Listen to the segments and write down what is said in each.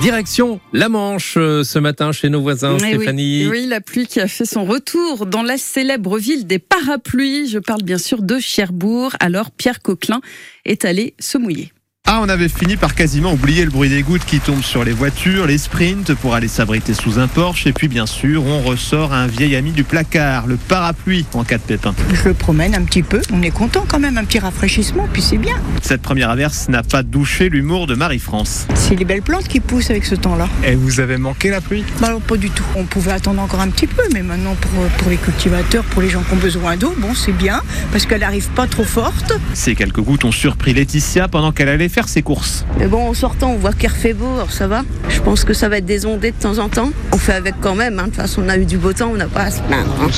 Direction la Manche euh, ce matin chez nos voisins, Eh oui. Hein, Stéphanie. Oui, la pluie qui a fait son retour dans la célèbre ville des parapluies. Je parle bien sûr de Cherbourg. Alors Pierre Coquelin est allé se mouiller. Ah, on avait fini par quasiment oublier le bruit des gouttes qui tombent sur les voitures, les sprints pour aller s'abriter sous un Porsche. Et puis, bien sûr, on ressort un vieil ami du placard, le parapluie en cas de pépin. Je le promène un petit peu. On est content quand même, un petit rafraîchissement, puis c'est bien. Cette première averse n'a pas douché l'humour de Marie-France. C'est les belles plantes qui poussent avec ce temps-là. Et vous avez manqué la pluie Bah alors, pas du tout. On pouvait attendre encore un petit peu, mais maintenant pour, euh, pour les cultivateurs, pour les gens qui ont besoin d'eau, bon c'est bien, parce qu'elle n'arrive pas trop forte. Ces quelques gouttes ont surpris Laetitia pendant qu'elle allait faire ses courses. Mais bon, en sortant, on voit qu'il refait beau, alors ça va. Je pense que ça va être désondé de temps en temps. On fait avec quand même, hein. de toute façon, on a eu du beau temps, on n'a pas à se plaindre. hein.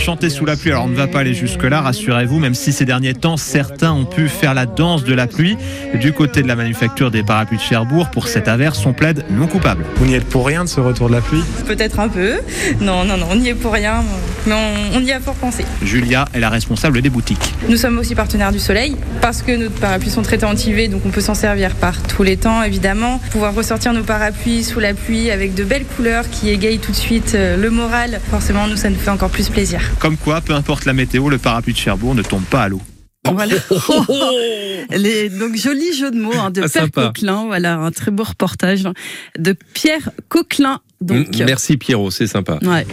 Chanter sous la pluie, alors on ne va pas aller jusque-là, rassurez-vous, même si ces derniers temps, certains ont pu faire la danse de la pluie. Du côté de la manufacture des parapluies de Cherbourg, pour cette averse, on plaide non coupable. Vous n'y êtes pour rien de ce retour de la pluie Peut-être un peu. Non, non, non, on n'y est pour rien, mais on, on y a fort pensé. Julia est la responsable des boutiques. Nous sommes aussi partenaires du soleil parce que nos parapluies sont traités anti-UV, donc on peut s'en servir par tous les temps, évidemment. Pouvoir ressortir nos parapluies sous la pluie avec de belles couleurs qui égayent tout de suite euh, le moral, forcément, nous, ça nous fait encore plus plaisir. Comme quoi, peu importe la météo, le parapluie de Cherbourg ne tombe pas à l'eau. Oh. Voilà. Les, donc joli jeu de mots hein, de Ah, Pierre sympa. Coquelin. Voilà un très beau reportage hein, de Pierre Coquelin. Donc. Merci Pierrot, c'est sympa. Ouais.